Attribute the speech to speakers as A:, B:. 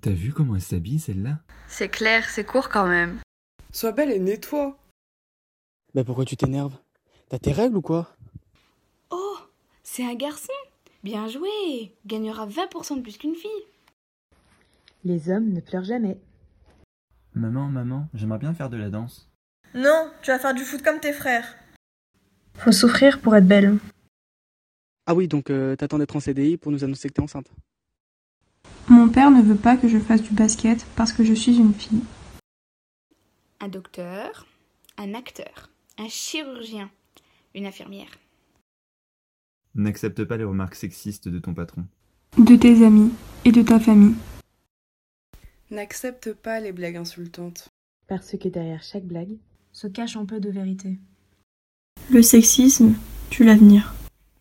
A: T'as vu comment elle s'habille, celle-là
B: C'est clair, c'est court quand même.
C: Sois belle et nettoie.
D: Bah pourquoi tu t'énerves T'as tes règles ou quoi
E: Oh, c'est un garçon Bien joué Gagnera 20% de plus qu'une fille.
F: Les hommes ne pleurent jamais.
A: Maman, maman, j'aimerais bien faire de la danse.
G: Non, tu vas faire du foot comme tes frères.
H: Faut souffrir pour être belle.
D: Ah oui, donc euh, t'attends d'être en CDI pour nous annoncer que t'es enceinte.
H: Mon père ne veut pas que je fasse du basket parce que je suis une fille.
E: Un docteur, un acteur, un chirurgien, une infirmière.
A: N'accepte pas les remarques sexistes de ton patron.
H: De tes amis et de ta famille.
C: N'accepte pas les blagues insultantes.
F: Parce que derrière chaque blague,
H: Se cache un peu de vérité. Le sexisme tue l'avenir.